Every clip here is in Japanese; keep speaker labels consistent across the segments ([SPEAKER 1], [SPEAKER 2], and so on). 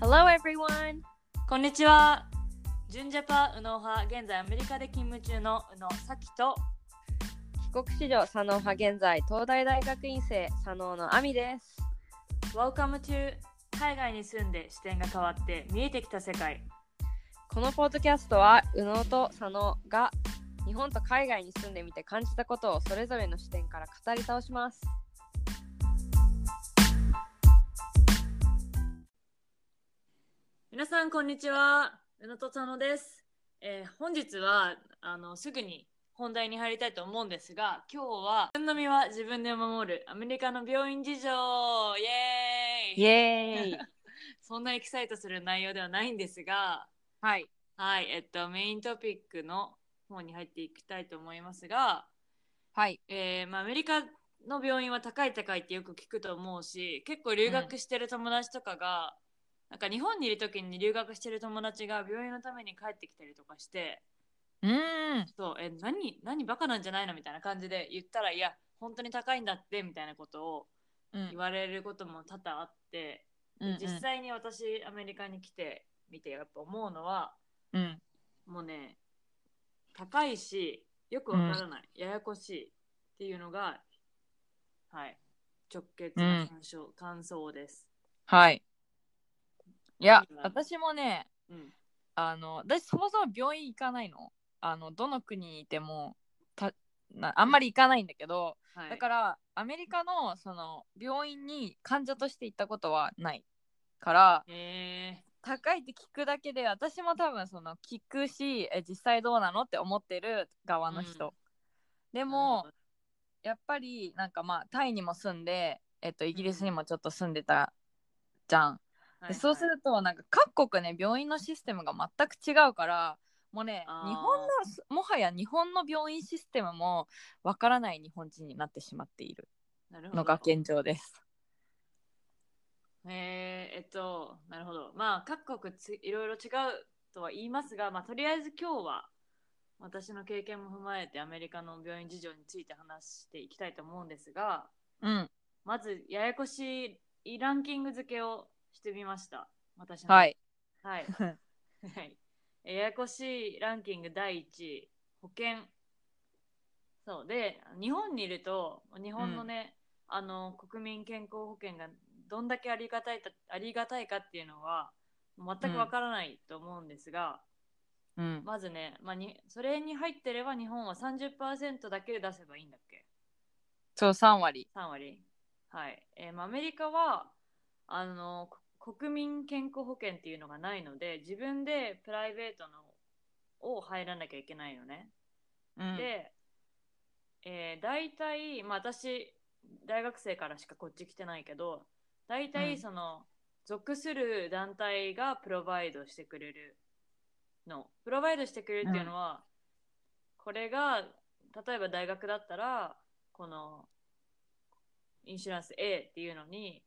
[SPEAKER 1] Hello, everyone!
[SPEAKER 2] こんにちは。純ジャパ右脳派、現在アメリカで勤務中の右脳咲と。
[SPEAKER 1] 帰国子女佐野派現在東大大学院生佐野の亜美です。
[SPEAKER 2] Welcome to 海外に住んで視点が変わって見えてきた世界。
[SPEAKER 1] このポッドキャストは右脳と佐野が日本と海外に住んでみて感じたことをそれぞれの視点から語り倒します。
[SPEAKER 2] 皆さん、こんにちは。宇野と佐野です。えー本日はあのすぐに本題に入りたいと思うんですが、今日は自分の身は自分で守るアメリカの病院事情。イエーイ
[SPEAKER 1] イエーイ
[SPEAKER 2] そんなエキサイトする内容ではないんですが、
[SPEAKER 1] はい。
[SPEAKER 2] はい、えっと、メイントピックの方に入っていきたいと思いますが、
[SPEAKER 1] はい。
[SPEAKER 2] えーまあ、アメリカの病院は高い高いってよく聞くと思うし結構留学してる友達とかが、なんか日本にいる時に留学してる友達が病院のために帰ってきたりとかして
[SPEAKER 1] うん。
[SPEAKER 2] そうえ何何バカなんじゃないのみたいな感じで言ったらいや本当に高いんだってみたいなことを言われることも多々あって、実際に私アメリカに来てみてやっぱ思うのは
[SPEAKER 1] うん。
[SPEAKER 2] もうね高いしよくわからない、ややこしいっていうのがはい直結の感想,、感想です。
[SPEAKER 3] はい。いや
[SPEAKER 2] うん、
[SPEAKER 3] 私もね、
[SPEAKER 2] うん、
[SPEAKER 3] あの、私そもそも病院行かないの。あの、どの国にいても、たなあんまり行かないんだけど、
[SPEAKER 2] はい、
[SPEAKER 3] だから、アメリカの、その、病院に患者として行ったことはないから、
[SPEAKER 2] え
[SPEAKER 3] 高いって聞くだけで、私も多分、その、聞くし、え、実際どうなのって思ってる側の人。
[SPEAKER 2] うん
[SPEAKER 3] で
[SPEAKER 2] ー、
[SPEAKER 3] も、やっぱりなんかまあタイにも住んで、えっと、イギリスにもちょっと住んでたじゃん。
[SPEAKER 2] はいは
[SPEAKER 3] で
[SPEAKER 2] い
[SPEAKER 3] そうするとなんか各国ね病院のシステムが全く違うからもうね
[SPEAKER 2] あー
[SPEAKER 3] 日本のもはや日本の病院システムもわからない日本人になってしまっている
[SPEAKER 2] なるほど
[SPEAKER 3] のが現状です。
[SPEAKER 2] えー、えっとなるほどまあ各国ついろいろ違うとは言いますが、まあ、とりあえず今日は私の経験も踏まえてアメリカの病院事情について話していきたいと思うんですが
[SPEAKER 3] うん、
[SPEAKER 2] まずややこしいランキング付けをしてみました私の
[SPEAKER 3] はい、
[SPEAKER 2] はい。はい。えややこしいランキング第1位、保険。そうで、日本にいると、日本のね、あの国民健康保険がどんだけありがたいたありがたいかっていうのは、全くわからないと思うんですが、
[SPEAKER 3] うん、
[SPEAKER 2] まずね、まあに、それに入ってれば日本は30%だけで出せばいいんだっけ
[SPEAKER 3] そう3割。
[SPEAKER 2] 3割はい、えーまあ、アメリカはあのこ国民健康保険っていうのがないので自分でプライベートのを入らなきゃいけないのね、
[SPEAKER 3] うん、
[SPEAKER 2] で、えー、大体、まあ、私大学生からしかこっち来てないけど大
[SPEAKER 3] う
[SPEAKER 2] 体
[SPEAKER 3] ん
[SPEAKER 2] その、属する団体がプロバイドしてくれるのプロバイドしてくれるっていうのは、これが例えば大学だったらこのインシュランス A っていうのに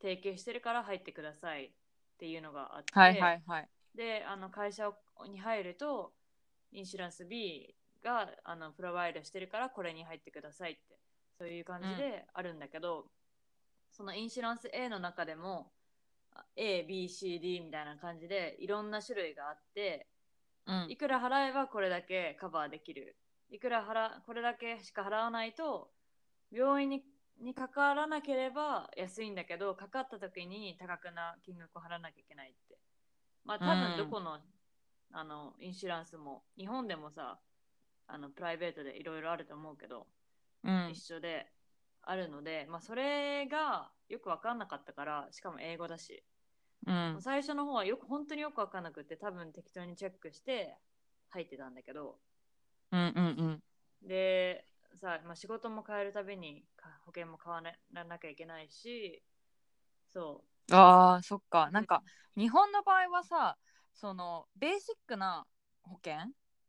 [SPEAKER 2] 提携してるから入ってくださいっていうのがあって、
[SPEAKER 3] はいはいはい。
[SPEAKER 2] であの会社に入るとインシュランス B があのプロバイドしてるからこれに入ってくださいってそういう感じであるんだけど、そのインシュランス A の中でも ABCD みたいな感じでいろんな種類があって
[SPEAKER 3] うん
[SPEAKER 2] いくら払えばこれだけカバーできるいくら払これだけしか払わないと病院ににかからなければ安いんだけどかかった時に多額な金額を払わなきゃいけないってまあ多
[SPEAKER 3] う
[SPEAKER 2] 分
[SPEAKER 3] ん
[SPEAKER 2] どこの,、あのインシュランスも日本でもさあのプライベートでいろいろあると思うけど、
[SPEAKER 3] うん
[SPEAKER 2] 一緒であるので、まあ、それがよく分かんなかったからしかも英語だし
[SPEAKER 3] うん
[SPEAKER 2] 最初の方はよく本当によく分かんなくて多分適当にチェックして入ってたんだけど
[SPEAKER 3] うんうん
[SPEAKER 2] でさ、まあ、仕事も変えるたびにか保険も変わらなきゃいけないしそ
[SPEAKER 3] ああそっか
[SPEAKER 2] う
[SPEAKER 3] なんか日本の場合はさそのベーシックな保険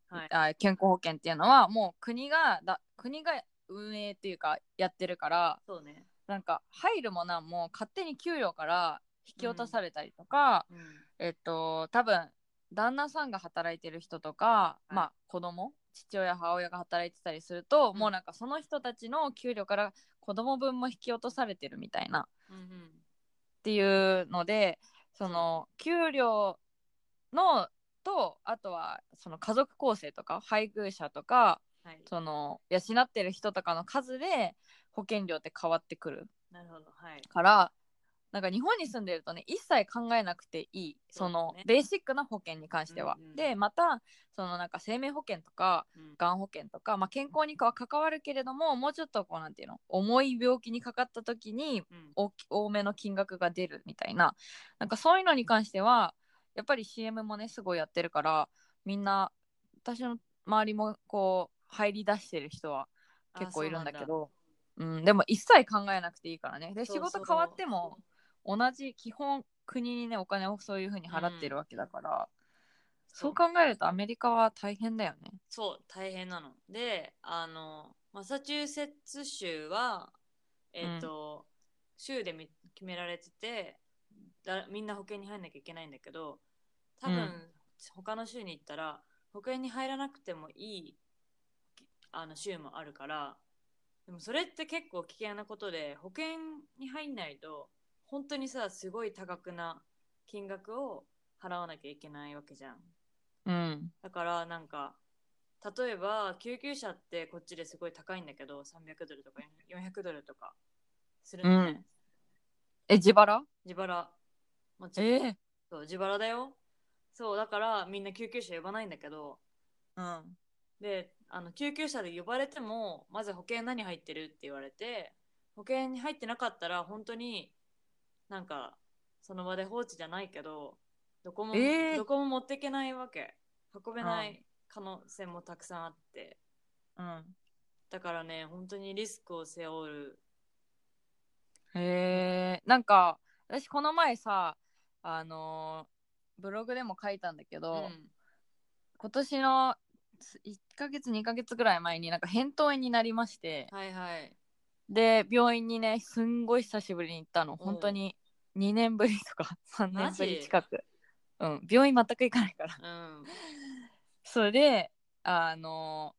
[SPEAKER 2] はい
[SPEAKER 3] あ健康保険っていうのはもう国がだ国が運営っていうかやってるから
[SPEAKER 2] そうね、
[SPEAKER 3] なんか入るもなんも勝手に給料から引き落とされたりとか、
[SPEAKER 2] うん
[SPEAKER 3] えっと多分旦那さんが働いてる人とか、
[SPEAKER 2] い
[SPEAKER 3] まあ子供父親母親が働いてたりすると、
[SPEAKER 2] ん
[SPEAKER 3] もうなんかその人たちの給料から子供分も引き落とされてるみたいな
[SPEAKER 2] うんうん
[SPEAKER 3] っていうのでその給料のとあとはその家族構成とか配偶者とか
[SPEAKER 2] はい。
[SPEAKER 3] その養ってる人とかの数で保険料って変わってくる
[SPEAKER 2] なるほど。はい。
[SPEAKER 3] からなんか日本に住んでるとね一切考えなくていいその
[SPEAKER 2] そうね
[SPEAKER 3] ベーシックな保険に関しては。
[SPEAKER 2] うんうん
[SPEAKER 3] でまたそのなんか生命保険とか
[SPEAKER 2] うん
[SPEAKER 3] がん保険とか、まあ、健康には関わるけれどももうちょっとこうなんていうの重い病気にかかった時に
[SPEAKER 2] うん
[SPEAKER 3] 大き多めの金額が出るみたいななんかそういうのに関してはやっぱり CM もねすごいやってるからみんな私の周りもこう入り出してる人は結構いるんだけ。どうんでも一切考えなくていいからねで
[SPEAKER 2] あそう
[SPEAKER 3] 仕
[SPEAKER 2] なんだ
[SPEAKER 3] 事変わっても。同じ基本国にねお金をそういうふうに払ってるわけだから、そう考えるとアメリカは大変だよね。
[SPEAKER 2] そうそう、大変なの。で、あの、マサチューセッツ州は、えっ、と、州でみ決められててだ、みんな保険に入んなきゃいけないんだけど、多分、
[SPEAKER 3] うん
[SPEAKER 2] 他の州に行ったら、保険に入らなくてもいいあの州もあるから、でもそれって結構危険なことで、保険に入んないと、本当にさ、すごい多額な金額を払わなきゃいけないわけじゃん。
[SPEAKER 3] うん、
[SPEAKER 2] だからなんか例えば救急車ってこっちですごい高いんだけど300ドルとか400ドルとかするのね、
[SPEAKER 3] うんえ自腹
[SPEAKER 2] 自腹、まあち
[SPEAKER 3] ええ
[SPEAKER 2] そう自腹だよそうだからみんな救急車呼ばないんだけど
[SPEAKER 3] うん
[SPEAKER 2] であの救急車で呼ばれてもまず保険何入ってるって言われて保険に入ってなかったら本当になんかその場で放置じゃないけどどこも、
[SPEAKER 3] えー
[SPEAKER 2] どこも持っていけないわけ運べない可能性もたくさんあって、
[SPEAKER 3] うん
[SPEAKER 2] だからね、本当にリスクを背負う。
[SPEAKER 3] へえなんか私この前さあのーブログでも書いたんだけ
[SPEAKER 2] う
[SPEAKER 3] ど、
[SPEAKER 2] ん
[SPEAKER 3] 今年の1ヶ月2ヶ月ぐらい前になんか扁桃炎になりまして
[SPEAKER 2] はいはい。
[SPEAKER 3] で病院にねすんごい久しぶりに行ったの
[SPEAKER 2] うん
[SPEAKER 3] 本当に2年ぶりとか 3
[SPEAKER 2] マ
[SPEAKER 3] 年
[SPEAKER 2] ジ
[SPEAKER 3] ぶり近く、うん、病院全く行かないから
[SPEAKER 2] うん。
[SPEAKER 3] それであの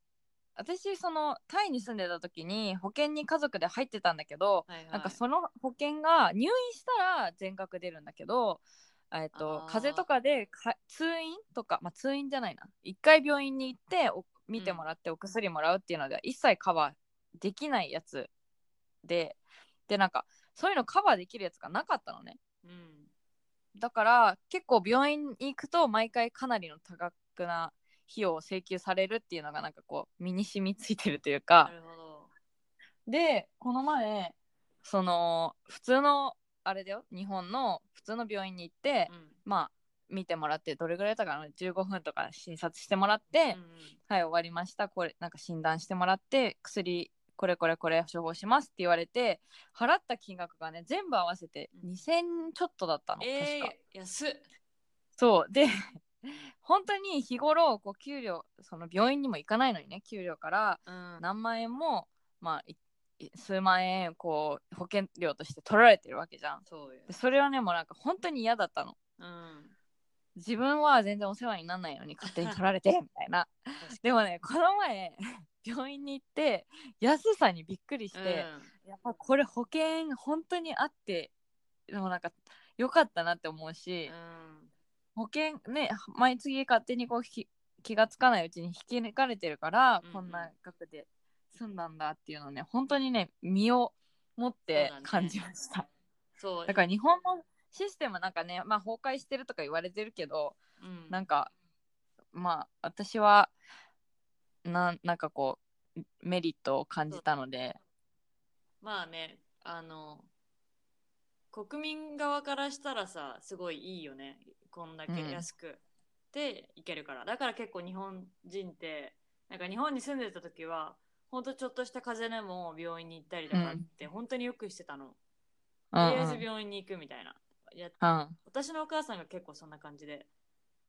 [SPEAKER 3] 私そのタイに住んでた時に保険に家族で入ってたんだけど、
[SPEAKER 2] はいはい。
[SPEAKER 3] なんかその保険が入院したら全額出るんだけど、えっと
[SPEAKER 2] あー
[SPEAKER 3] 風邪とかでか通院とか、まあ、通院じゃないな一回病院に行ってお見てもらってお薬もらうっていうのでは一切カバーできないやつででなんかそういうのカバーできるやつがなかったのね
[SPEAKER 2] うん。
[SPEAKER 3] だから結構病院に行くと毎回かなりの多額な費用を請求されるっていうのがなんかこう身に染みついてるというか、
[SPEAKER 2] なるほど。
[SPEAKER 3] でこの前その普通のあれだよ日本の普通の病院に行って、
[SPEAKER 2] うん。
[SPEAKER 3] まあ見てもらってどれぐらいだったかな15分とか診察してもらって、
[SPEAKER 2] うん
[SPEAKER 3] はい終わりましたこれなんか診断してもらって薬これこれこれ処方しますって言われて払った金額がね全部合わせて
[SPEAKER 2] うん
[SPEAKER 3] 2000ちょっとだったの、確
[SPEAKER 2] え
[SPEAKER 3] か。
[SPEAKER 2] ー、安っ。
[SPEAKER 3] そうで 本当に日頃こう給料その病院にも行かないのにね給料から
[SPEAKER 2] うん。
[SPEAKER 3] 何万円も、まあい、い数万円こう保険料として取られてるわけじゃん。
[SPEAKER 2] そうよ
[SPEAKER 3] で。それはねもうなんか本当に嫌だったの。
[SPEAKER 2] うん。
[SPEAKER 3] 自分は全然お世話にならないのに勝手に取られてみたいな。でもねこの前 病院に行って安さにびっくりして、
[SPEAKER 2] うん、
[SPEAKER 3] やっぱこれ保険本当にあってでもなんか良かったなって思うし。
[SPEAKER 2] うん。
[SPEAKER 3] 保険ね毎月勝手にこうひ気がつかないうちに引き抜かれてるから、
[SPEAKER 2] うんうん
[SPEAKER 3] こんな額で済んだんだっていうのをね本当にね身をもって
[SPEAKER 2] そうだね
[SPEAKER 3] 感じましただ,、
[SPEAKER 2] そう。
[SPEAKER 3] から日本のシステムなんかねまあ崩壊してるとか言われてるけど
[SPEAKER 2] うん、
[SPEAKER 3] なん
[SPEAKER 2] か、
[SPEAKER 3] かまあ私はなんなんかこうメリットを感じたので
[SPEAKER 2] まあね、あの、国民側からしたらさ、すごいいいよね。こんだけ
[SPEAKER 3] うん
[SPEAKER 2] 安くでいけるから。だから結構日本人って、なんか日本に住んでた時は、ほんとちょっとした風邪でも病院に行ったりとかって、本当によくしてたの。
[SPEAKER 3] う
[SPEAKER 2] と
[SPEAKER 3] ん
[SPEAKER 2] りあえず
[SPEAKER 3] うん
[SPEAKER 2] 病院に行くみたいな。や
[SPEAKER 3] うん
[SPEAKER 2] 私のお母さんが結構そんな感じで、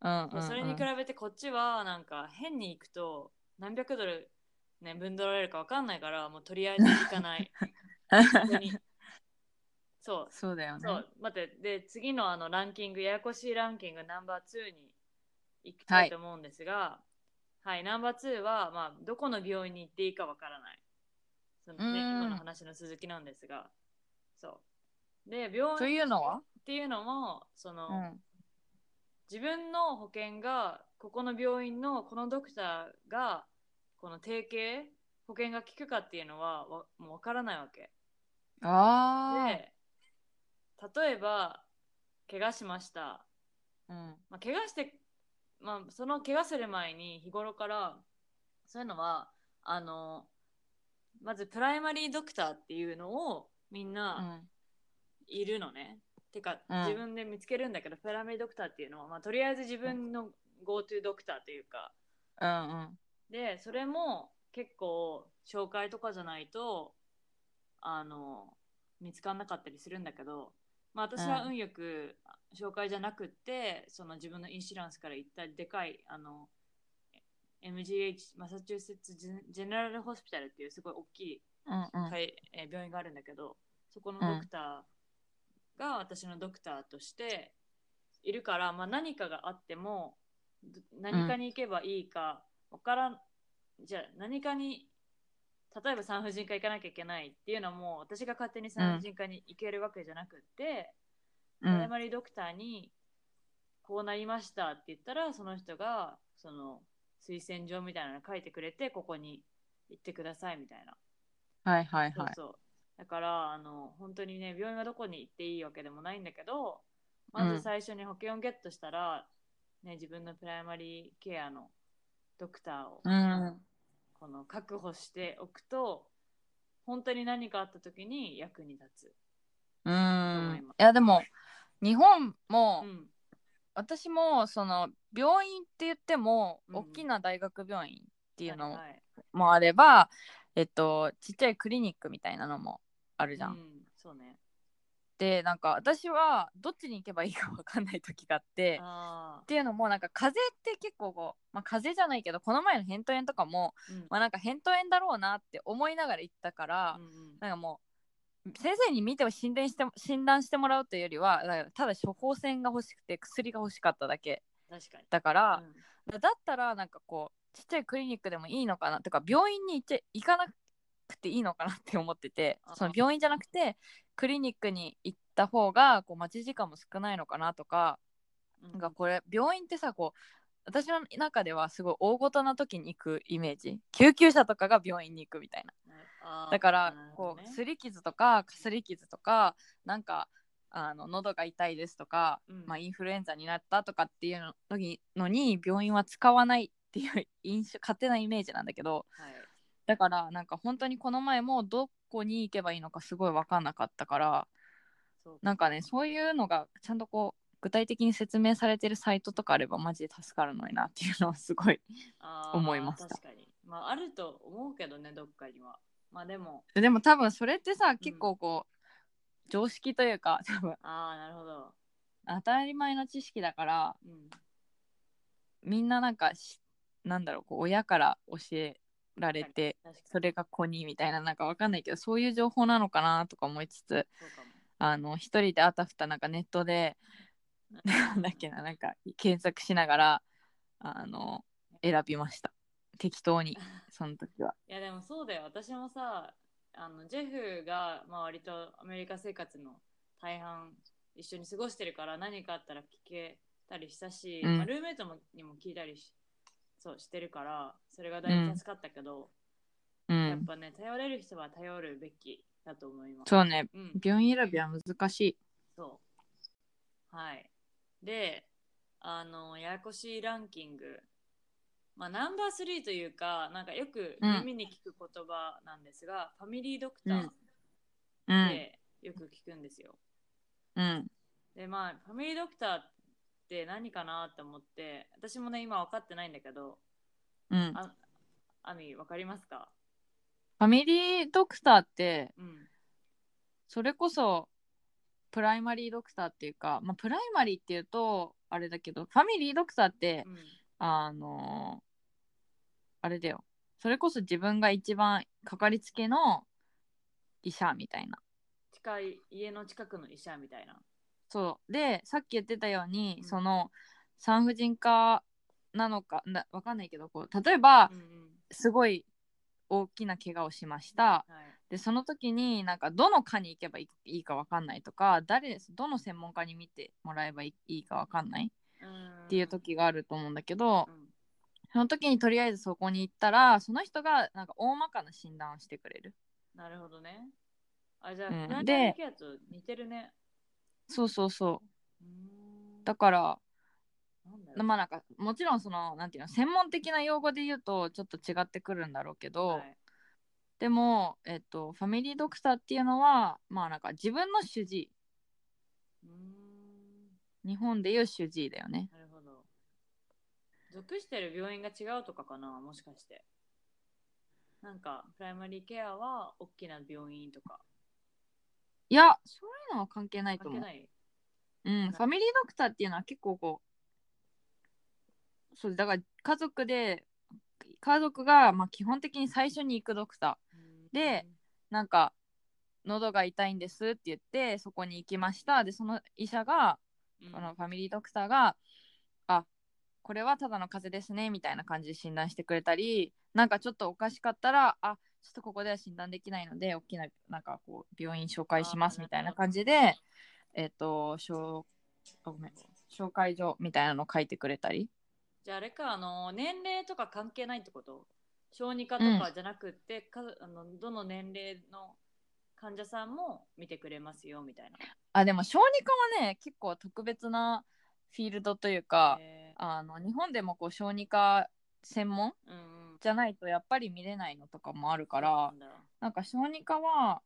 [SPEAKER 3] うんうん
[SPEAKER 2] それに比べてこっちはなんか変に行くと何百ドル、ね、分取られるか分かんないからもうとりあえず行かない 本当にそう
[SPEAKER 3] そうだよね
[SPEAKER 2] そう待ってで次のあのランキングややこしいランキングナンバー2に行きたいと思うんですがはい、ナンバー2は、まあ、どこの病院に行っていいかわからないその、ね、
[SPEAKER 3] うん
[SPEAKER 2] 今の話の続きなんですがそうで病
[SPEAKER 3] というのは、
[SPEAKER 2] っていうのもその、
[SPEAKER 3] うん、
[SPEAKER 2] 自分の保険がここの病院のこのドクターがこの提携保険が効くかっていうのはわもう分からないわけ
[SPEAKER 3] あ
[SPEAKER 2] で例えば怪我しました、
[SPEAKER 3] あ、うん、
[SPEAKER 2] まあ、怪我して、まあ、その怪我する前に日頃からそういうのはあのまずプライマリードクターっていうのをみんな、いるのね。てか、
[SPEAKER 3] うん
[SPEAKER 2] 自分で見つけるんだけど、プライマリードクターっていうのは、まあ、とりあえず自分の GoTo ドクターというか、
[SPEAKER 3] うんうん
[SPEAKER 2] で、それも結構紹介とかじゃないと、あの、見つからなかったりするんだけど、まあ、私は
[SPEAKER 3] うん
[SPEAKER 2] 運よく紹介じゃなくって、その自分のインシュランスから行ったでかい、あの、MGH マサチューセッツジェジェネラルホスピタルっていうすごい大きい
[SPEAKER 3] うんうん
[SPEAKER 2] はいえー病院があるんだけどそこの
[SPEAKER 3] うん
[SPEAKER 2] ドクターが私のドクターとしているから、まあ、何かがあってもど何かに行けばいいかわからん、じゃあ何かに例えば産婦人科行かなきゃいけないっていうのはもう私が勝手に産婦人科に行けるわけじゃなくって、
[SPEAKER 3] う
[SPEAKER 2] プライ
[SPEAKER 3] ん
[SPEAKER 2] マリードクターにこうなりましたって言ったらその人がその推薦状みたいなの書いてくれてここに行ってくださいみたいな。
[SPEAKER 3] はいはい
[SPEAKER 2] そう
[SPEAKER 3] はい
[SPEAKER 2] そう。だから、あの、本当にね、病院がどこに行っていいわけでもないんだけど、まず最初に保険をゲットしたら、ね、自分のプライマリーケアのドクターを、
[SPEAKER 3] うん
[SPEAKER 2] この確保しておくと、本当に何かあった時に役に立つ。
[SPEAKER 3] う
[SPEAKER 2] 思
[SPEAKER 3] ん
[SPEAKER 2] い
[SPEAKER 3] い
[SPEAKER 2] ます
[SPEAKER 3] やでも日本も、
[SPEAKER 2] うん。
[SPEAKER 3] 私もその病院って言っても、
[SPEAKER 2] うん
[SPEAKER 3] 大きな大学病院っていうの
[SPEAKER 2] はい
[SPEAKER 3] もあればえっとちっちゃいクリニックみたいなのもあるじゃん
[SPEAKER 2] う、ん、そうね。
[SPEAKER 3] でなんか私はどっちに行けばいいか分かんない時があって、
[SPEAKER 2] あ
[SPEAKER 3] っていうのもなんか風邪って結構こう、まあ、風邪じゃないけどこの前の扁桃炎とかも、
[SPEAKER 2] あ、うん
[SPEAKER 3] まあ、なんか扁桃炎だろうなって思いながら行ったから、
[SPEAKER 2] うんうん
[SPEAKER 3] なんかもう先生に見ても診断しても診断してもらうというよりはなんかただ処方箋が欲しくて薬が欲しかっただけ
[SPEAKER 2] 確かに。
[SPEAKER 3] だから、
[SPEAKER 2] うん
[SPEAKER 3] だったらなんかこうちっちゃいクリニックでもいいのかなとか病院に行って行かなくていいのかなって思ってて
[SPEAKER 2] あー
[SPEAKER 3] その病院じゃなくてクリニックに行った方がこう待ち時間も少ないのかなとか、
[SPEAKER 2] うん
[SPEAKER 3] なんかこれ病院ってさこう私の中ではすごい大ごとな時に行くイメージ救急車とかが病院に行くみたいな
[SPEAKER 2] あー
[SPEAKER 3] だから
[SPEAKER 2] なるほ
[SPEAKER 3] こ
[SPEAKER 2] どね
[SPEAKER 3] うすり傷とかかすり傷とかなんかあの喉が痛いですとか
[SPEAKER 2] うん
[SPEAKER 3] まあ、インフルエンザになったとかっていうののにのに病院は使わないっていう印象勝手なイメージなんだけど
[SPEAKER 2] はい
[SPEAKER 3] だからなんか本当にこの前もどこに行けばいいのかすごい分かんなかったから
[SPEAKER 2] そう
[SPEAKER 3] なんかねそういうのがちゃんとこう具体的に説明されてるサイトとかあればマジで助かるのになっていうのはすごい
[SPEAKER 2] あー
[SPEAKER 3] 思いました
[SPEAKER 2] 確かに。まあ、あると思うけどね、どっかには。まあでも、
[SPEAKER 3] でも多分それってさ結構こう、常識というか多分
[SPEAKER 2] ああ、なるほど。
[SPEAKER 3] 当たり前の知識だから
[SPEAKER 2] うん。
[SPEAKER 3] みんななんかしなんだろうこう親から教えられて
[SPEAKER 2] 確かに。
[SPEAKER 3] それが子にみたいななんかわかんないけどそういう情報なのかなとか思いつつ
[SPEAKER 2] そうかも。
[SPEAKER 3] あの一人であたふたなんかネットで なんだっけななんか検索しながらあの選びました適当にその時は。
[SPEAKER 2] いや、でもそうだよ。私もさ、あのジェフが、まあ、割とアメリカ生活の大半一緒に過ごしてるから何かあったら聞けたりしたし、
[SPEAKER 3] うん
[SPEAKER 2] まあ、ルームメイトもにも聞いたりしそうしてるからそれがだいぶ助かったけど、
[SPEAKER 3] う
[SPEAKER 2] やっ
[SPEAKER 3] ん、
[SPEAKER 2] ぱね頼れる人は頼るべきだと思います。
[SPEAKER 3] そうね
[SPEAKER 2] うん、
[SPEAKER 3] 病院選びは難しい。
[SPEAKER 2] そう。はい。で、あの、ややこしいランキング。まあ、ナンバースリーというか、なんかよく
[SPEAKER 3] うん
[SPEAKER 2] 耳に聞く言葉なんですが、ファミリードクタ
[SPEAKER 3] う
[SPEAKER 2] ーっ
[SPEAKER 3] ん
[SPEAKER 2] てよく聞くんですよ。
[SPEAKER 3] うん
[SPEAKER 2] で、まあ、ファミリードクターって何かなと思って、私もね、今分かってないんだけど、
[SPEAKER 3] うん、フ
[SPEAKER 2] あアミ、分かりますか
[SPEAKER 3] ァミリードクターって
[SPEAKER 2] うん。
[SPEAKER 3] それこそプライマリードクターっていうか、まあ、プライマリーっていうとあれだけどファミリードクターって
[SPEAKER 2] うん、
[SPEAKER 3] あのあれだよ。それこそ自分が一番かかりつけの医者みたいな。
[SPEAKER 2] 近い、家の近くの医者みたいな。
[SPEAKER 3] そう。で、さっき言ってたように、
[SPEAKER 2] うん
[SPEAKER 3] その産婦人科なのかなわかんないけどこう例えば
[SPEAKER 2] うんうん。
[SPEAKER 3] すごい大きな怪我をしました。
[SPEAKER 2] はい。
[SPEAKER 3] でその時になんかどの科に行けばいいいいか分かんないとか誰ですどの専門家に見てもらえばいいいいか分かんない
[SPEAKER 2] っ
[SPEAKER 3] っていう、時があると思うんだけど、
[SPEAKER 2] ん
[SPEAKER 3] その時にとりあえずそこに行ったらその人がなんか大まかな診断をしてくれる
[SPEAKER 2] なるほどね。あ、じゃあ、
[SPEAKER 3] うん
[SPEAKER 2] フランチャイ
[SPEAKER 3] で
[SPEAKER 2] ズケアと似てるね。
[SPEAKER 3] そうそうそううんだから
[SPEAKER 2] なんだろう
[SPEAKER 3] まあなんかもちろんそのなんていうの専門的な用語で言うとちょっと違ってくるんだろうけど、
[SPEAKER 2] はい
[SPEAKER 3] でも、えっと、ファミリードクターっていうのはまあなんか自分の主治医
[SPEAKER 2] うーん
[SPEAKER 3] 日本でいう主治医だよね
[SPEAKER 2] なるほど。属してる病院が違うとかかな、もしかして。なんか、プライマリーケアは大きな病院とか。
[SPEAKER 3] いやそういうのは関係ないと
[SPEAKER 2] 関
[SPEAKER 3] 思
[SPEAKER 2] 係
[SPEAKER 3] う
[SPEAKER 2] ない。
[SPEAKER 3] うん、ファミリードクターっていうのは結構こうそうだから家族で家族がまあ基本的に最初に行くドクターでなんか喉が痛いんですって言ってそこに行きましたでその医者が
[SPEAKER 2] うん、
[SPEAKER 3] このファミリードクターが「あこれはただの風邪ですね」みたいな感じで診断してくれたりなんかちょっとおかしかったら「あちょっとここでは診断できないので大きななんかこう病院紹介します」みたいな感じでえっ、と紹あごめん紹介状みたいなの書いてくれたり
[SPEAKER 2] じゃあ、あれか、あの、年齢とか関係ないってこと小児科とかじゃなくって、かあのどの年齢の患者さんも見てくれますよみたいな。
[SPEAKER 3] あでも小児科はね結構特別なフィールドというか
[SPEAKER 2] え
[SPEAKER 3] あの日本でもこう小児科専門
[SPEAKER 2] ーうんうん、
[SPEAKER 3] じゃないとやっぱり見れないのとかもあるから。
[SPEAKER 2] そうなんだ
[SPEAKER 3] なんか小児科は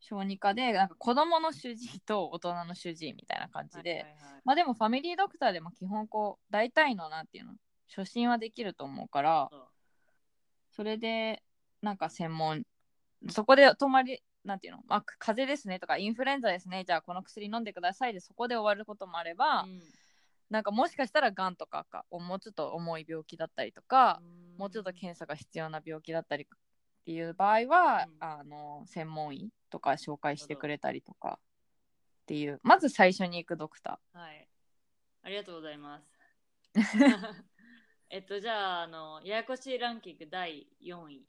[SPEAKER 3] 小児科でなんか子供の主治医と大人の主治医みたいな感じで、
[SPEAKER 2] はいはいはい
[SPEAKER 3] まあでもファミリードクターでも基本こう大体のなんていうの初診はできると思うから
[SPEAKER 2] そう
[SPEAKER 3] それでなんか専門そこで泊まりなんていうの、まあ、風邪ですねとかインフルエンザですねじゃあこの薬飲んでくださいでそこで終わることもあれば、なんかもしかしたらがんとかかもうちょっと重い病気だったりとか、
[SPEAKER 2] ん
[SPEAKER 3] もうちょっと検査が必要な病気だったりっていう場合は、
[SPEAKER 2] うん
[SPEAKER 3] あの専門医とか紹介してくれたりとかっていうまず最初に行くドクタ
[SPEAKER 2] はい。ありがとうござ います。えっと、じゃあ、あの、ややこしいランキング第4位。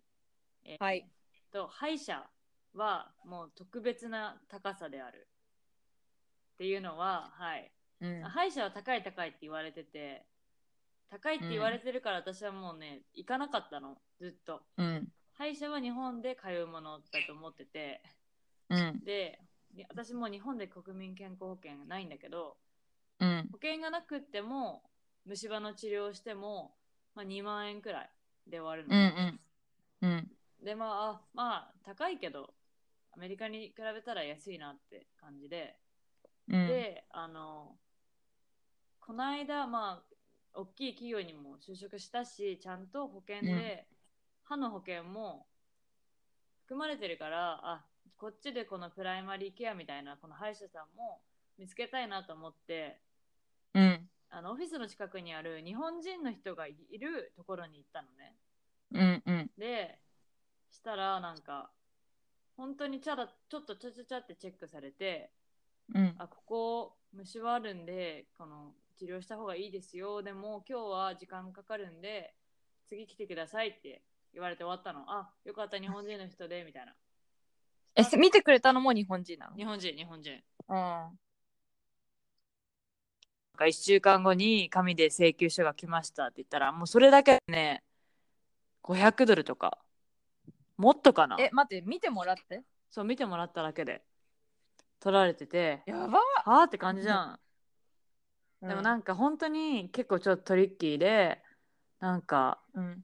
[SPEAKER 2] えー
[SPEAKER 1] はい。
[SPEAKER 2] と、歯医者はもう特別な高さである。っていうのは、はい。
[SPEAKER 3] ー、うん
[SPEAKER 2] 歯医者は高い高いって言われてて、高いって言われてるから私はもうね、行かなかったの、ずっと。
[SPEAKER 3] うん
[SPEAKER 2] 歯医者は日本で通うものだと思ってて。
[SPEAKER 3] うん
[SPEAKER 2] で、で私もう日本で国民健康保険がないんだけど、
[SPEAKER 3] うん
[SPEAKER 2] 保険がなくっても虫歯の治療をしても、まあ、2万円くらいで終わる
[SPEAKER 3] うんう
[SPEAKER 2] の、
[SPEAKER 3] んうん
[SPEAKER 2] でまああまあ高いけどアメリカに比べたら安いなって感じで、
[SPEAKER 3] うん
[SPEAKER 2] であのこの間まあ大きい企業にも就職したしちゃんと保険で、
[SPEAKER 3] うん
[SPEAKER 2] 歯の保険も含まれてるからあこっちでこのプライマリーケアみたいなこの歯医者さんも見つけたいなと思って
[SPEAKER 3] うん
[SPEAKER 2] あのオフィスの近くにある日本人の人がいるところに行ったのね。
[SPEAKER 3] うんうん
[SPEAKER 2] で、したらなんか、本当にチャラちょっとちゃちゃちゃってチェックされて、
[SPEAKER 3] うん
[SPEAKER 2] あ、ここ虫はあるんで、この治療した方がいいですよ。でも今日は時間かかるんで、次来てくださいって言われて終わったの。あ、よかった、日本人の人で、みたいな。
[SPEAKER 3] えせ見てくれたのも日本人な
[SPEAKER 2] 日本人、日本人。
[SPEAKER 3] の
[SPEAKER 2] なんか1週間後に紙で請求書が来ましたって言ったら、もうそれだけでね、500ドルとか、もっとかな
[SPEAKER 3] うんえ待って見てもらって
[SPEAKER 2] そう、見てもらっただけで、取られてて、
[SPEAKER 3] やば
[SPEAKER 2] はあって感じじゃん。でもなんんか本当に結構ちょっとトリッキーで、なんか、
[SPEAKER 3] うん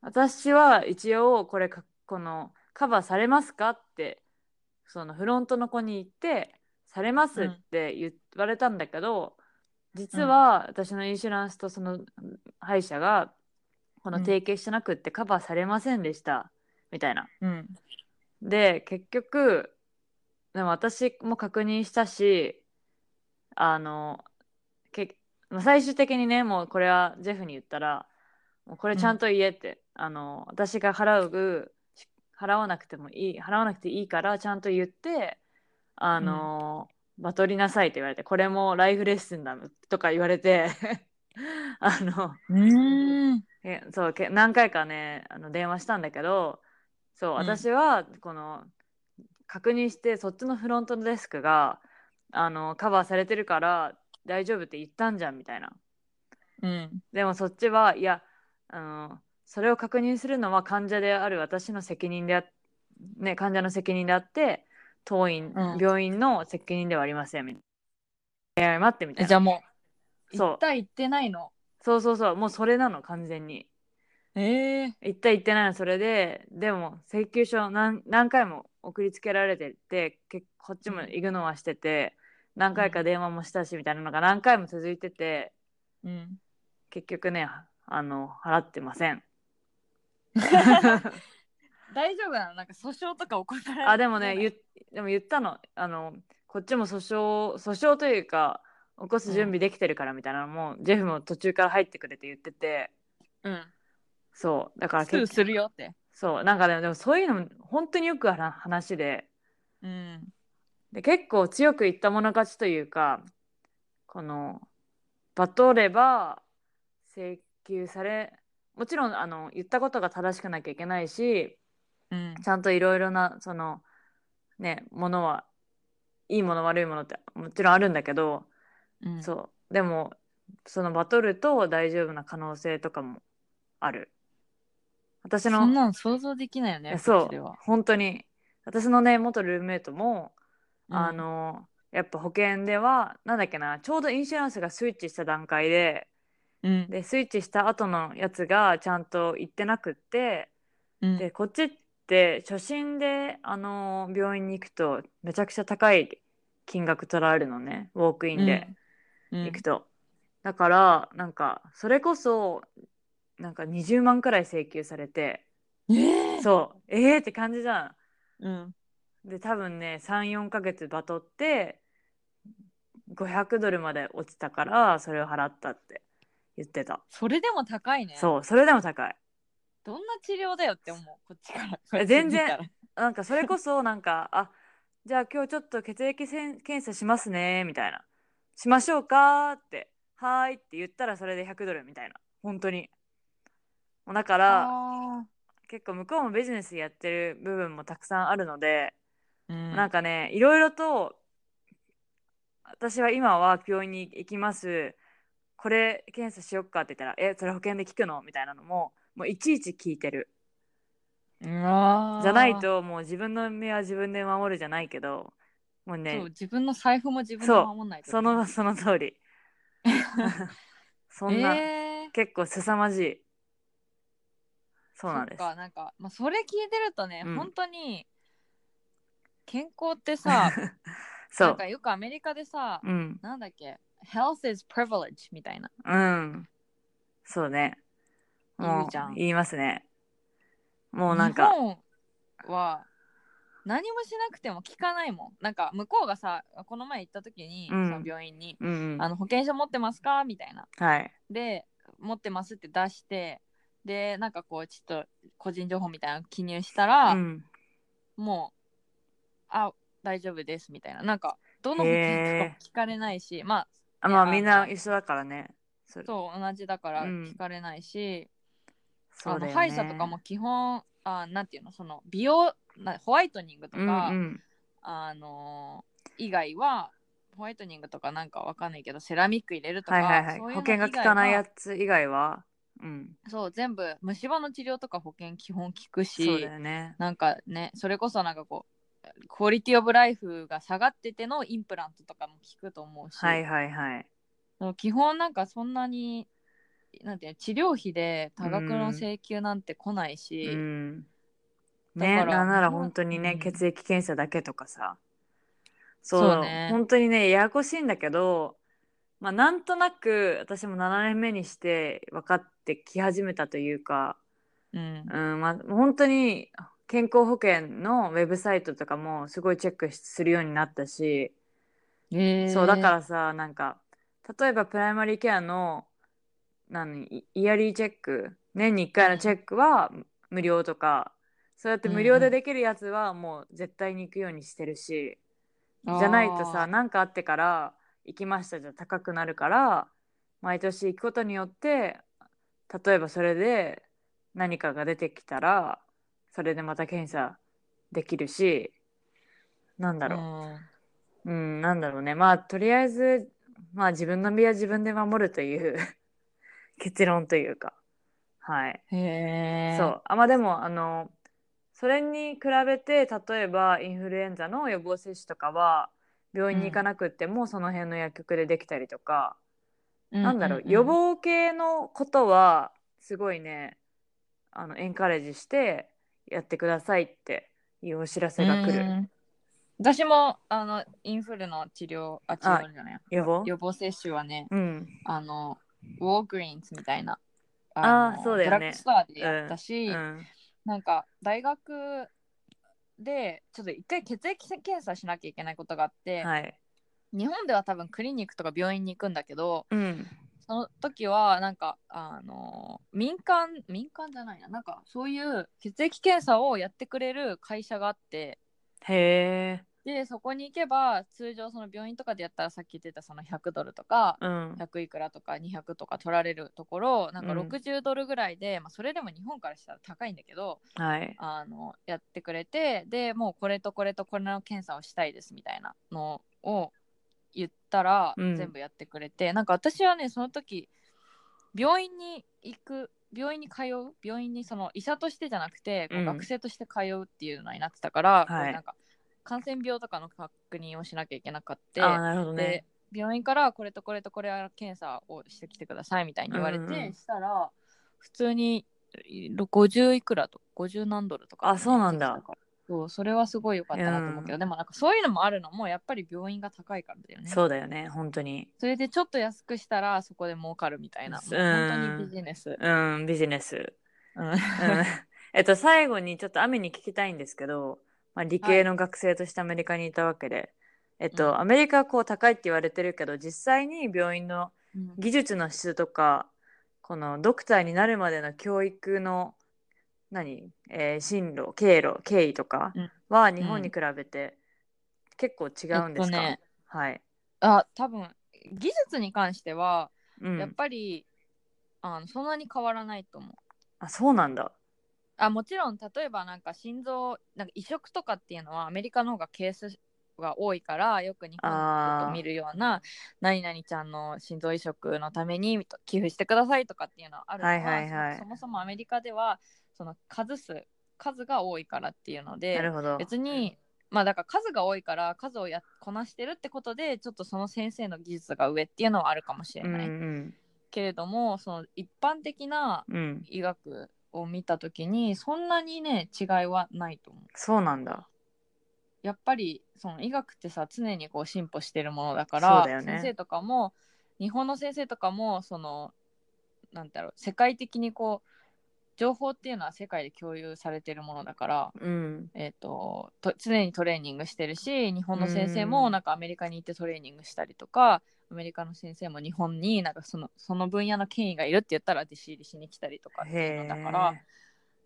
[SPEAKER 2] 私は一応これか、この、カバーされますかって、そのフロントの子に言って、されますって言われたんだけど、実は私のインシュランスとその歯医者が、この
[SPEAKER 3] うん
[SPEAKER 2] 提携してなくってカバーされませんでした、みたいな。
[SPEAKER 3] うん
[SPEAKER 2] で結局でも私も確認したしあのけまあ最終的にねもうこれはジェフに言ったらもうこれちゃんと言えって、あの私が払うし払わなくてもいい払わなくていいからちゃんと言ってあの、バトりなさいって言われてこれもライフレッスンだとか言われて あの
[SPEAKER 3] うーん
[SPEAKER 2] えそうけ何回かねあの電話したんだけどそ
[SPEAKER 3] ん
[SPEAKER 2] う、私はこの確認してそっちのフロントのデスクがあのカバーされてるから大丈夫って言ったんじゃんみたいな
[SPEAKER 3] うん
[SPEAKER 2] でもそっちはいやあのそれを確認するのは患者である私の責任であ、ね、患者の責任であって当院、
[SPEAKER 3] うん
[SPEAKER 2] 病院の責任ではありませんみたいないや待ってみた
[SPEAKER 3] え
[SPEAKER 2] い
[SPEAKER 3] じゃ
[SPEAKER 2] な
[SPEAKER 3] あもう
[SPEAKER 2] そう
[SPEAKER 3] 行った行ってないの
[SPEAKER 2] そうそうそうもうそれなの完全に
[SPEAKER 3] ええ
[SPEAKER 2] 行った行ってないのそれででも請求書何何回も送りつけられててけこっちもイグノアしてて何回か電話もしたしみたいなのが何回も続いてて
[SPEAKER 3] うん
[SPEAKER 2] 結局ねあの払ってません
[SPEAKER 3] 大丈夫なのなんか訴訟とか起こされ
[SPEAKER 2] あでもね
[SPEAKER 3] 言
[SPEAKER 2] 言でも言ったのあのこっちも訴訟訴訟というか起こす準備できてるからみたいなのも、ジェフも途中から入ってくれて言ってて
[SPEAKER 3] うん
[SPEAKER 2] そうだから
[SPEAKER 3] すぐ
[SPEAKER 2] 結
[SPEAKER 3] するよって
[SPEAKER 2] そうなんかねでもそういうのも本当によくあら話で
[SPEAKER 3] うん
[SPEAKER 2] で結構強く言った者勝ちというかこのバトれば請求されもちろんあの言ったことが正しくなきゃいけないし
[SPEAKER 3] うん
[SPEAKER 2] ちゃんといろいろなそのねものはいいもの悪いものってもちろんあるんだけど、
[SPEAKER 3] うん
[SPEAKER 2] そうでもそのバトルと大丈夫な可能性とかもある私
[SPEAKER 3] そん
[SPEAKER 2] の
[SPEAKER 3] なの想像できないよね
[SPEAKER 2] そ
[SPEAKER 3] こっ
[SPEAKER 2] う
[SPEAKER 3] ちでは
[SPEAKER 2] 本当に私のね元ルームメイトも
[SPEAKER 3] うん
[SPEAKER 2] あのやっぱ保険ではなんだっけなちょうどインシュランスがスイッチした段階で
[SPEAKER 3] うん
[SPEAKER 2] でスイッチした後のやつがちゃんと行ってなくって
[SPEAKER 3] うん
[SPEAKER 2] でこっちって初診であの病院に行くとめちゃくちゃ高い金額取られるのねウォークインで
[SPEAKER 3] うん
[SPEAKER 2] 行くと、だからなんかそれこそなんか20万くらい請求されて
[SPEAKER 3] うんええ
[SPEAKER 2] そうえーって感じじゃん。
[SPEAKER 3] うん
[SPEAKER 2] で多分ね34ヶ月バトって500ドルまで落ちたからそれを払ったって言ってた、
[SPEAKER 3] それでも高いね
[SPEAKER 2] そうそれでも高い
[SPEAKER 3] どんな治療だよって思うこっちから
[SPEAKER 2] え全然
[SPEAKER 3] こっち見
[SPEAKER 2] なんかそれこそなんかあじゃあ今日ちょっと血液せん検査しますねみたいなしましょうかってはーいって言ったらそれで100ドルみたいな本当にもうだか
[SPEAKER 3] た
[SPEAKER 2] ら
[SPEAKER 3] ら
[SPEAKER 2] 結構向こうもビジネスやってる部分もたくさんあるので
[SPEAKER 3] うん
[SPEAKER 2] なんかねいろいろと私は今は病院に行きますこれ検査しよっかって言ったら「えそれ保険で聞くの?」みたいなのももういちいち聞いてる
[SPEAKER 3] うわー
[SPEAKER 2] じゃないともう自分の身は自分で守るじゃないけどもうね
[SPEAKER 3] そう自分の財布も自分で守んないと
[SPEAKER 2] そのその 通りそんな、
[SPEAKER 3] えー
[SPEAKER 2] 結構凄まじいそうなんです
[SPEAKER 3] そっかなんか、まあ、それ聞いてるとね、
[SPEAKER 2] うん
[SPEAKER 3] 本当に健康ってさ
[SPEAKER 2] そ
[SPEAKER 3] なん
[SPEAKER 2] う
[SPEAKER 3] かよくアメリカでさ
[SPEAKER 2] うん
[SPEAKER 3] なんだっけ health is privilege みたいな
[SPEAKER 2] うんそうねも
[SPEAKER 3] 言うじゃん
[SPEAKER 2] 言いますねもうなんか
[SPEAKER 3] 日本は何もしなくても聞かないもんなんか向こうがさこの前行った時に、
[SPEAKER 2] うん
[SPEAKER 3] その病院に、
[SPEAKER 2] うんうん
[SPEAKER 3] あの保険証持ってますかみたいな
[SPEAKER 2] はい。
[SPEAKER 3] で持ってますって出してでなんかこうちょっと個人情報みたいなの記入したら、
[SPEAKER 2] うん、
[SPEAKER 3] もうあ大丈夫ですみたいななんかどの保険とかも聞かれないし、まあ
[SPEAKER 2] あまあ
[SPEAKER 3] いや
[SPEAKER 2] みんな
[SPEAKER 3] あの
[SPEAKER 2] 一緒だからね。それ
[SPEAKER 3] そう同じだから
[SPEAKER 2] うん
[SPEAKER 3] 聞かれないし、
[SPEAKER 2] そ
[SPEAKER 3] あ
[SPEAKER 2] うだ
[SPEAKER 3] の
[SPEAKER 2] よね
[SPEAKER 3] 歯医者とかも基本あなんていうのその美容なホワイトニングと
[SPEAKER 2] う
[SPEAKER 3] か、
[SPEAKER 2] んうん
[SPEAKER 3] あのー以外はホワイトニングとかなんかわかんないけどセラミック入れるとか、
[SPEAKER 2] はいはいはい。
[SPEAKER 3] そういう
[SPEAKER 2] 保
[SPEAKER 3] の
[SPEAKER 2] 険が効かない
[SPEAKER 3] 以外
[SPEAKER 2] や
[SPEAKER 3] は
[SPEAKER 2] つ以外は、うん、
[SPEAKER 3] そう全部虫歯の治療とか保険基本効く
[SPEAKER 2] そう
[SPEAKER 3] し
[SPEAKER 2] だよね。
[SPEAKER 3] なんかねそれこそなんかこうクオリティオブライフが下がっててのインプラントとかも効くと思うし、
[SPEAKER 2] はいはいはい。
[SPEAKER 3] でも基本なんかそんなになんていうの治療費で多額の請求なんて来ないし、
[SPEAKER 2] うん。
[SPEAKER 3] だ
[SPEAKER 2] ね、
[SPEAKER 3] から
[SPEAKER 2] なんなら本当にね、
[SPEAKER 3] うん
[SPEAKER 2] 血液検査だけとかさ。そう
[SPEAKER 3] そうね
[SPEAKER 2] 本当にね、ややこしいんだけど、まあなんとなく私も7年目にして分かってき始めたというか、
[SPEAKER 3] うん
[SPEAKER 2] うんまあ、本当に健康保険のウェブサイトとかもすごいチェックするようになったし、
[SPEAKER 3] えー
[SPEAKER 2] そうだからさなんか例えばプライマリーケアの何イイヤリーチェック年に1回のチェックは無料とか、そうやって無料でできるやつはもう絶対に行くようにしてるし、じゃないと
[SPEAKER 3] あ
[SPEAKER 2] さ
[SPEAKER 3] ー
[SPEAKER 2] 何かあってから行きましたじゃ高くなるから毎年行くことによって例えばそれで何かが出てきたらそれでまた検査できるしなんだろう、
[SPEAKER 3] うん
[SPEAKER 2] うん、なんだろうね。まあ、とりあえず、まあ、自分の身は自分で守るという 結論というか。はい。
[SPEAKER 3] へえ。
[SPEAKER 2] そう。あ、まあ、でも、あの、それに比べて、例えばインフルエンザの予防接種とかは、病院に行かなくっても、その辺の薬局でできたりとか、
[SPEAKER 3] う。
[SPEAKER 2] なんだろう、予防系のことは、すごいね、あの、エンカレージして、やってくださいっていうお知らせが来
[SPEAKER 3] う
[SPEAKER 2] る。
[SPEAKER 3] ん私もあのインフルの治療あ治療じゃない
[SPEAKER 2] 予防
[SPEAKER 3] 予防接種はね
[SPEAKER 2] うん。
[SPEAKER 3] あのウォーグリーンズみたいな
[SPEAKER 2] あー
[SPEAKER 3] の
[SPEAKER 2] そうだ
[SPEAKER 3] ドラ
[SPEAKER 2] よね
[SPEAKER 3] ッグストアでやったし、
[SPEAKER 2] うん。
[SPEAKER 3] なんか大学でちょっと一回血液検査しなきゃいけないことがあって、
[SPEAKER 2] はい。
[SPEAKER 3] 日本では多分クリニックとか病院に行くんだけど
[SPEAKER 2] うん。
[SPEAKER 3] その時はなんかあの民間民間じゃないななんかそういう血液検査をやってくれる会社があって、
[SPEAKER 2] へえ。
[SPEAKER 3] でそこに行けば通常その病院とかでやったらさっき言ってたその100ドルとか
[SPEAKER 2] うん。
[SPEAKER 3] 100いくらとか200とか取られるところをなんか
[SPEAKER 2] うん
[SPEAKER 3] 60ドルぐらいで、まあ、それでも日本からしたら高いんだけど
[SPEAKER 2] はい。
[SPEAKER 3] あのやってくれてでもうこれとこれとこれの検査をしたいですみたいなのを言ったら
[SPEAKER 2] うん
[SPEAKER 3] 全部やってくれて、なんか私はねその時病院に行く病院に通う病院にその医者としてじゃなくて、こう
[SPEAKER 2] うん
[SPEAKER 3] 学生として通うっていうのになってたから、こう
[SPEAKER 2] はい
[SPEAKER 3] なんか感染病とかの確認をしなきゃいけなかった。
[SPEAKER 2] あーなるほどね
[SPEAKER 3] で。病院からこれとこれとこれは検査をしてきてくださいみたいに言われて、
[SPEAKER 2] うんうん
[SPEAKER 3] したら普通にい50いくらと50何ドルとか、
[SPEAKER 2] あそうなんだ
[SPEAKER 3] できたからそうそれはすごい良かったなと思うけど、
[SPEAKER 2] うん
[SPEAKER 3] でもなんかそういうのもあるのもやっぱり病院が高いからだよね
[SPEAKER 2] そうだよね、本当に。
[SPEAKER 3] それでちょっと安くしたらそこで儲かるみたいな、もう本当にビジネス、
[SPEAKER 2] うん、ビジネス。
[SPEAKER 3] うん
[SPEAKER 2] うん、 えっと、最後にちょっと雨に聞きたいんですけど、まあ、理系の学生としてアメリカにいたわけで、えっと、
[SPEAKER 3] うん
[SPEAKER 2] アメリカはこう高いって言われてるけど、実際に病院の技術の質とか、このドクターになるまでの教育の何、えー進路、経路、経緯とか
[SPEAKER 3] うん
[SPEAKER 2] は日本に比べて結構違うんですか、
[SPEAKER 3] えっとね
[SPEAKER 2] はい。
[SPEAKER 3] あ多分技術に関しては
[SPEAKER 2] うん
[SPEAKER 3] やっぱり、あのそんなに変わらないと思う
[SPEAKER 2] あ、そうなんだ。
[SPEAKER 3] あもちろん例えばなんか心臓なんか移植とかっていうのはアメリカの方がケースが多いからよく日本
[SPEAKER 2] あ
[SPEAKER 3] で
[SPEAKER 2] ー
[SPEAKER 3] 見るような何々ちゃんの心臓移植のために寄付してくださいとかっていうのはあるのは,
[SPEAKER 2] は
[SPEAKER 3] そ
[SPEAKER 2] い
[SPEAKER 3] の、
[SPEAKER 2] はいはい
[SPEAKER 3] そもそもアメリカではその数数数が多いからっていうの
[SPEAKER 2] なる
[SPEAKER 3] で
[SPEAKER 2] ほど。
[SPEAKER 3] 別にまあだから数が多いから数をやこなしてるってことでちょっとその先生の技術が上っていうのはあるかもしれ
[SPEAKER 2] うん
[SPEAKER 3] ない、けれどもその一般的な
[SPEAKER 2] うんうん、
[SPEAKER 3] 医学を見た時にそんなにね違いはないと思う
[SPEAKER 2] そうなんだ。
[SPEAKER 3] やっぱりその医学ってさ常にこう進歩してるものだか
[SPEAKER 2] そ
[SPEAKER 3] ら
[SPEAKER 2] うだよね
[SPEAKER 3] 先生とかも日本の先生とかもそのなんだろう世界的にこう情報っていうのは世界で共有されてるものだから、
[SPEAKER 2] うん。
[SPEAKER 3] えー、とと常にトレーニングしてるし日本の先生
[SPEAKER 2] う
[SPEAKER 3] も
[SPEAKER 2] ん
[SPEAKER 3] なんかアメリカに行ってトレーニングしたりとかアメリカの先生も日本になんかそのその分野の権威がいるって言ったら弟子入りしに来たりとかっていうのだから。
[SPEAKER 2] へ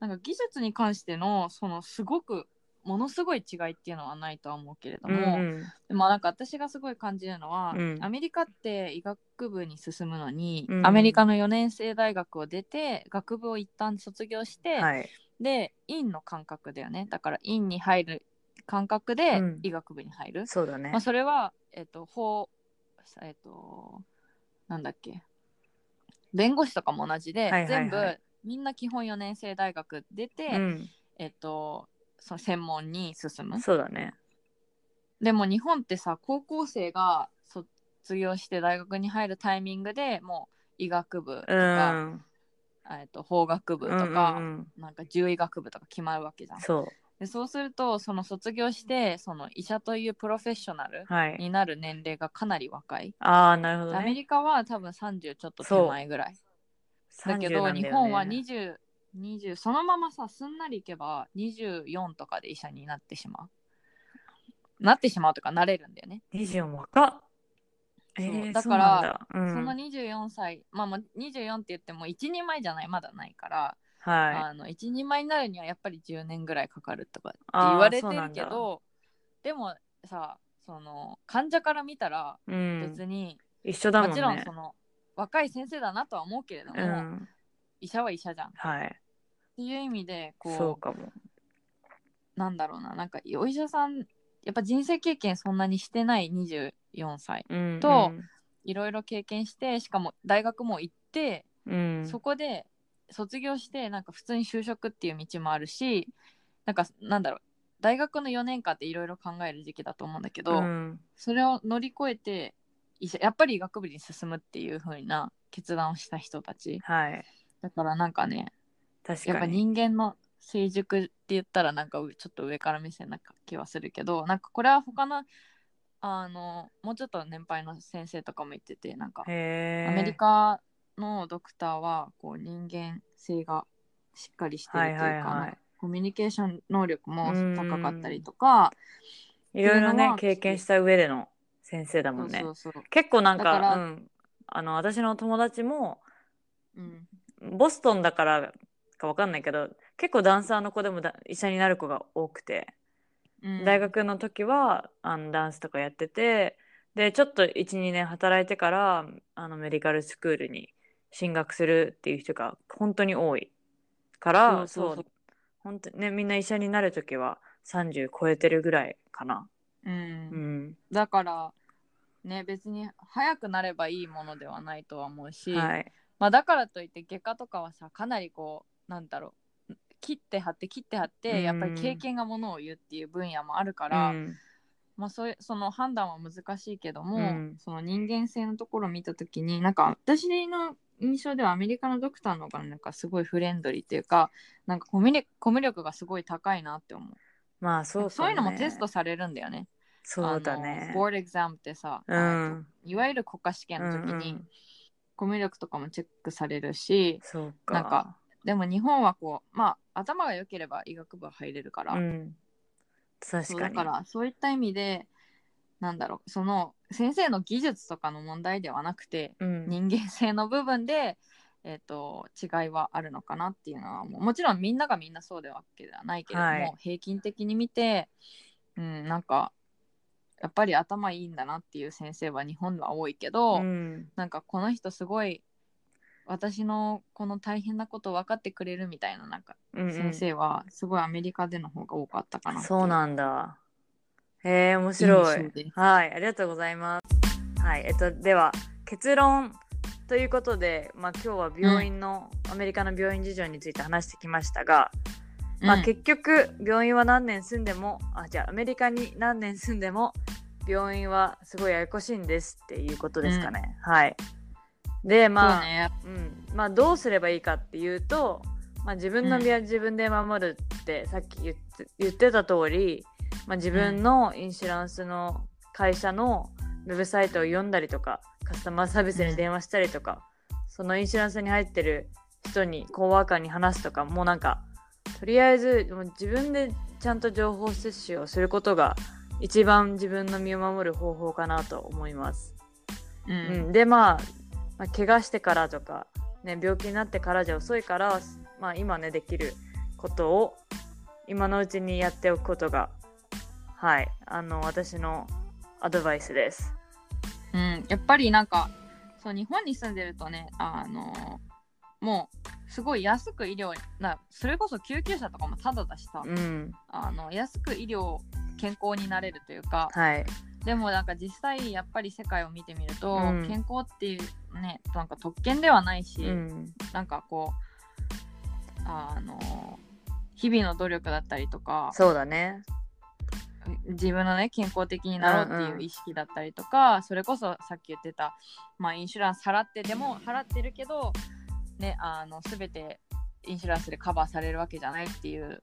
[SPEAKER 3] なんか技術に関してのそのすごくものすごい違いっていうのはないとは思うけれど
[SPEAKER 2] ー。
[SPEAKER 3] も、
[SPEAKER 2] うんうん
[SPEAKER 3] でもなんか私がすごい感じるのは、
[SPEAKER 2] うん
[SPEAKER 3] アメリカって医学部に進むのに、
[SPEAKER 2] うん
[SPEAKER 3] アメリカの4年生大学を出て学部を一旦卒業して、
[SPEAKER 2] はい。
[SPEAKER 3] で院の感覚だよねだから院に入る感覚で
[SPEAKER 2] うん
[SPEAKER 3] 医学部に入る、
[SPEAKER 2] そうだね
[SPEAKER 3] まあ、。それは、えっと法えっとなんだっけ弁護士とかも同じで、
[SPEAKER 2] いはいはい
[SPEAKER 3] 全部みんな基本4年生大学出て、
[SPEAKER 2] うん。
[SPEAKER 3] えっとその専門に進む
[SPEAKER 2] そうだね。
[SPEAKER 3] でも日本ってさ高校生が卒業して大学に入るタイミングでもう医学部と
[SPEAKER 2] う
[SPEAKER 3] か、
[SPEAKER 2] ん。
[SPEAKER 3] えっと法学部と
[SPEAKER 2] うん
[SPEAKER 3] か、
[SPEAKER 2] うんうん
[SPEAKER 3] なんか獣医学部とか決まるわけじゃん
[SPEAKER 2] そ
[SPEAKER 3] でそうするとその卒業してその医者というプロフェッショナル
[SPEAKER 2] う。はい。
[SPEAKER 3] になる年齢がかなり若い
[SPEAKER 2] ああ、なるほど
[SPEAKER 3] アメ
[SPEAKER 2] ね。
[SPEAKER 3] リカは多分30ちょっと手前ぐらいだけ
[SPEAKER 2] 30
[SPEAKER 3] ど
[SPEAKER 2] なんよ
[SPEAKER 3] 日
[SPEAKER 2] ね
[SPEAKER 3] 本は2020そのままさすんなりいけば24とかで医者になってしまうなってしまうとかなれるんだよね、
[SPEAKER 2] 24も若っ。え
[SPEAKER 3] そ
[SPEAKER 2] ー、
[SPEAKER 3] うだ
[SPEAKER 2] そ
[SPEAKER 3] か
[SPEAKER 2] うなん
[SPEAKER 3] ら
[SPEAKER 2] だから、うん、
[SPEAKER 3] その24歳まあもう24って言っても一人前じゃないまだないから、
[SPEAKER 2] はい。
[SPEAKER 3] あの一人前になるにはやっぱり10年ぐらいかかるとかって
[SPEAKER 2] あー
[SPEAKER 3] 言われて
[SPEAKER 2] そうな
[SPEAKER 3] る
[SPEAKER 2] ん
[SPEAKER 3] け
[SPEAKER 2] だ
[SPEAKER 3] どでもさその患者から見たら
[SPEAKER 2] うん
[SPEAKER 3] 別、に、
[SPEAKER 2] 一緒だもん
[SPEAKER 3] も
[SPEAKER 2] ね。
[SPEAKER 3] ちろんその若い先生だなとは思うけれども、
[SPEAKER 2] うん。
[SPEAKER 3] 医者は医者じゃんっ
[SPEAKER 2] はい。
[SPEAKER 3] ていう意味でこう
[SPEAKER 2] そうかも。
[SPEAKER 3] なんだろうななんかお医者さんやっぱ人生経験そんなにしてない24歳
[SPEAKER 2] うん
[SPEAKER 3] と、いろいろ経験してしかも大学も行って、
[SPEAKER 2] うん、
[SPEAKER 3] そこで卒業してなんか普通に就職っていう道もあるしなんかなんだろう大学の4年間っていろいろ考える時期だと思うんだけど、
[SPEAKER 2] うん
[SPEAKER 3] それを乗り越えて医者やっぱり医学部に進むっていう風な決断をした人たち
[SPEAKER 2] はい
[SPEAKER 3] だからなんかね
[SPEAKER 2] 確
[SPEAKER 3] やっ
[SPEAKER 2] か
[SPEAKER 3] ぱ
[SPEAKER 2] に
[SPEAKER 3] 人間の成熟って言ったらなんかうちょっと上から目線な気はするけどなんかこれは他のあのもうちょっと年配の先生とかも言っててなんか
[SPEAKER 2] へー
[SPEAKER 3] アメリカのドクターはこう人間性がしっかりしてるというか、
[SPEAKER 2] はいはいはい
[SPEAKER 3] なんかコミュニケーション能力も高かったりとか、
[SPEAKER 2] いろいろ
[SPEAKER 3] っていうの
[SPEAKER 2] ね
[SPEAKER 3] は
[SPEAKER 2] 経験した上での先生だもんね
[SPEAKER 3] そうそうそう、
[SPEAKER 2] 結構なんか
[SPEAKER 3] だから
[SPEAKER 2] うん、あの私の友達も
[SPEAKER 3] うん、
[SPEAKER 2] ボストンだからかわかんないけど結構ダンサーの子でもだ医者になる子が多くて、
[SPEAKER 3] うん
[SPEAKER 2] 大学の時はあのダンスとかやっててでちょっと12年働いてからあのメディカルスクールに進学するっていう人が本当に多いから
[SPEAKER 3] そうそうそう
[SPEAKER 2] 本当にねみんな医者になる時は30超えてるぐらいかな。
[SPEAKER 3] うん
[SPEAKER 2] うん
[SPEAKER 3] だからね別に早くなればいいものではないとは思うし、
[SPEAKER 2] はい、
[SPEAKER 3] まあ、だからといって外科とかはさかなりこうなんだろう切って貼って切って貼っ
[SPEAKER 2] う
[SPEAKER 3] て
[SPEAKER 2] ん
[SPEAKER 3] やっぱり経験がものを言うっていう分野もあるか
[SPEAKER 2] う
[SPEAKER 3] ら、
[SPEAKER 2] ん
[SPEAKER 3] まあ、そういうその判断は難しいけども、
[SPEAKER 2] うん
[SPEAKER 3] その人間性のところを見た時になんか私の印象ではアメリカのドクターの方がなんかすごいフレンドリーっていうかなんかコミュ力コミュ力がすごい高いなって思う
[SPEAKER 2] まあそう
[SPEAKER 3] なんかそういうのもテストされるんだよね。
[SPEAKER 2] そうだ
[SPEAKER 3] あ
[SPEAKER 2] ね
[SPEAKER 3] の。ボードエグザムってさ、
[SPEAKER 2] うん
[SPEAKER 3] あのいわゆる国家試験の時
[SPEAKER 2] うんう
[SPEAKER 3] に
[SPEAKER 2] ん
[SPEAKER 3] コミュ力とかもチェックされるし、
[SPEAKER 2] そうか。
[SPEAKER 3] なんかでも日本はこうまあ頭が良ければ医学部は入れるから、
[SPEAKER 2] うん、確
[SPEAKER 3] そう
[SPEAKER 2] か
[SPEAKER 3] だ
[SPEAKER 2] に。
[SPEAKER 3] からそういった意味でなんだろうその先生の技術とかの問題ではなくて
[SPEAKER 2] うん
[SPEAKER 3] 人間性の部分で、えー、と違いはあるのかなっていうのはもうもちろんみんながみんなそうではわけではないけれども、
[SPEAKER 2] はい
[SPEAKER 3] 平均的に見て、うん、なんかやっぱり頭いいんだなっていう先生は日本は多いけど、
[SPEAKER 2] うん
[SPEAKER 3] なんかこの人すごい私のこの大変なことを分かってくれるみたいななんか
[SPEAKER 2] うんうん
[SPEAKER 3] 先生はすごいアメリカでの方が多かったかなってい
[SPEAKER 2] そうなんだ。へえ面白
[SPEAKER 3] 印象で
[SPEAKER 2] い。はい、ありがとうございます。はい、えっとでは結論ということで、まあ今日は病院の、アメリカの病院事情について話してきましたが、
[SPEAKER 3] うん
[SPEAKER 2] まあ結局病院は何年住んでも、あじゃあアメリカに何年住んでも病院はすごいややこしいんですっていうことですかね。はい。でまあ。
[SPEAKER 3] そうね
[SPEAKER 2] うんまあ、どうすればいいかっていうと、まあ、自分の身は自分で守るってさっき言って言ってた通り、まあ、自分のインシュランスの会社のウェブサイトを読んだりとかカスタマーサービスに電話したりとか、そのインシュランスに入ってる人にコーワーカーに話すとかもうなんかとりあえずもう自分でちゃんと情報摂取をすることが一番自分の身を守る方法かなと思います。
[SPEAKER 3] う
[SPEAKER 2] うんん、でまあ、まあ怪我してからとか、ね、病気になってからじゃ遅いから、まあ、今ねできることを今のうちにやっておくことがはいあの私のアドバイスです。
[SPEAKER 3] うん、やっぱりなんかそう日本に住んでるとねあのもうすごい安く医療なそれこそ救急車とかもタダだしさ、
[SPEAKER 2] うん、
[SPEAKER 3] あの安く医療健康になれるというか
[SPEAKER 2] はい、
[SPEAKER 3] でもなんか実際やっぱり世界を見てみると、
[SPEAKER 2] うん
[SPEAKER 3] 健康っていうねなんか特権ではないし、
[SPEAKER 2] うん、
[SPEAKER 3] なんかこうあの日々の努力だったりとか
[SPEAKER 2] そうだね。
[SPEAKER 3] 自分のね健康的になろうって
[SPEAKER 2] うんう
[SPEAKER 3] いうん意識だったりとか、それこそさっき言ってた、まあ、インシュランス払ってでも払ってるけど、ね、あの全てインシュランスでカバーされるわけじゃないっていう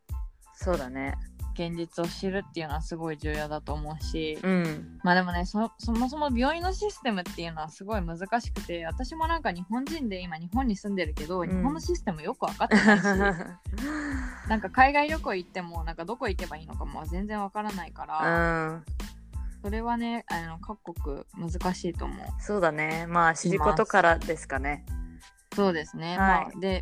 [SPEAKER 2] そうだね。
[SPEAKER 3] 現実を知るっていうのはすごい重要だと思うし、
[SPEAKER 2] うん、
[SPEAKER 3] まあでもねそそもそも病院のシステムっていうのはすごい難しくて私もなんか日本人で今日本に住んでるけど、
[SPEAKER 2] ん
[SPEAKER 3] 日本のシステムよく分かってないしなんか海外旅行行ってもなんかどこ行けばいいのかも全然分からないから。
[SPEAKER 2] うん、
[SPEAKER 3] それはねあの各国難しいと思う
[SPEAKER 2] そうだね。まあ知ることからですかね。
[SPEAKER 3] そうですね、
[SPEAKER 2] はい
[SPEAKER 3] まあ、で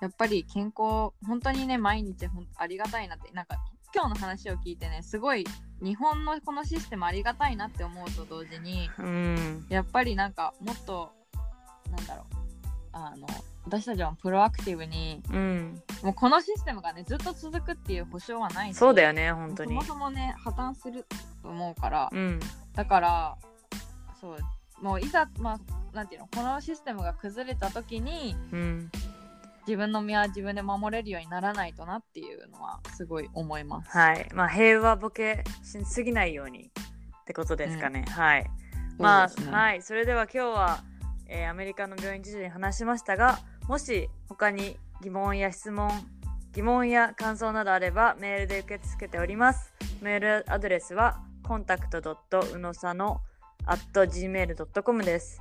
[SPEAKER 3] やっぱり健康本当にね毎日ほんありがたいなってなんか今日の話を聞いてねすごい日本のこのシステムありがたいなって思うと同時に
[SPEAKER 2] うん、
[SPEAKER 3] やっぱりなんかもっとなんだろうあの私たちはプロアクティブに
[SPEAKER 2] うん、
[SPEAKER 3] もうこのシステムがねずっと続くっていう保証はないし
[SPEAKER 2] そうだよね本当
[SPEAKER 3] そ
[SPEAKER 2] に
[SPEAKER 3] もそもね破綻すると思うから、
[SPEAKER 2] うん
[SPEAKER 3] だからそうもういざまあなんていうのこのシステムが崩れた時に
[SPEAKER 2] うん
[SPEAKER 3] 自分の身は自分で守れるようにならないとなっていうのはすごい思います。
[SPEAKER 2] はいまあ平和ボケしすぎないようにってことですかね、はいまあ、
[SPEAKER 3] そうですね
[SPEAKER 2] はいそれでは今日は、えーアメリカの病院事情に話しましたがもし他に疑問や質問疑問や感想などあればメールで受け付けておりますメールアドレスは contact. うのさの at gmail.com です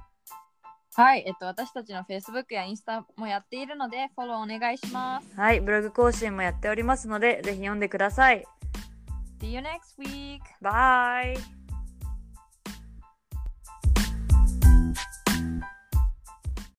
[SPEAKER 3] はい、えっと、私たちの Facebook やインスタもやっているので、フォローお願いします。
[SPEAKER 2] はいブログ更新もやっておりますのでぜひ読んでください
[SPEAKER 3] See you next week!
[SPEAKER 2] バイ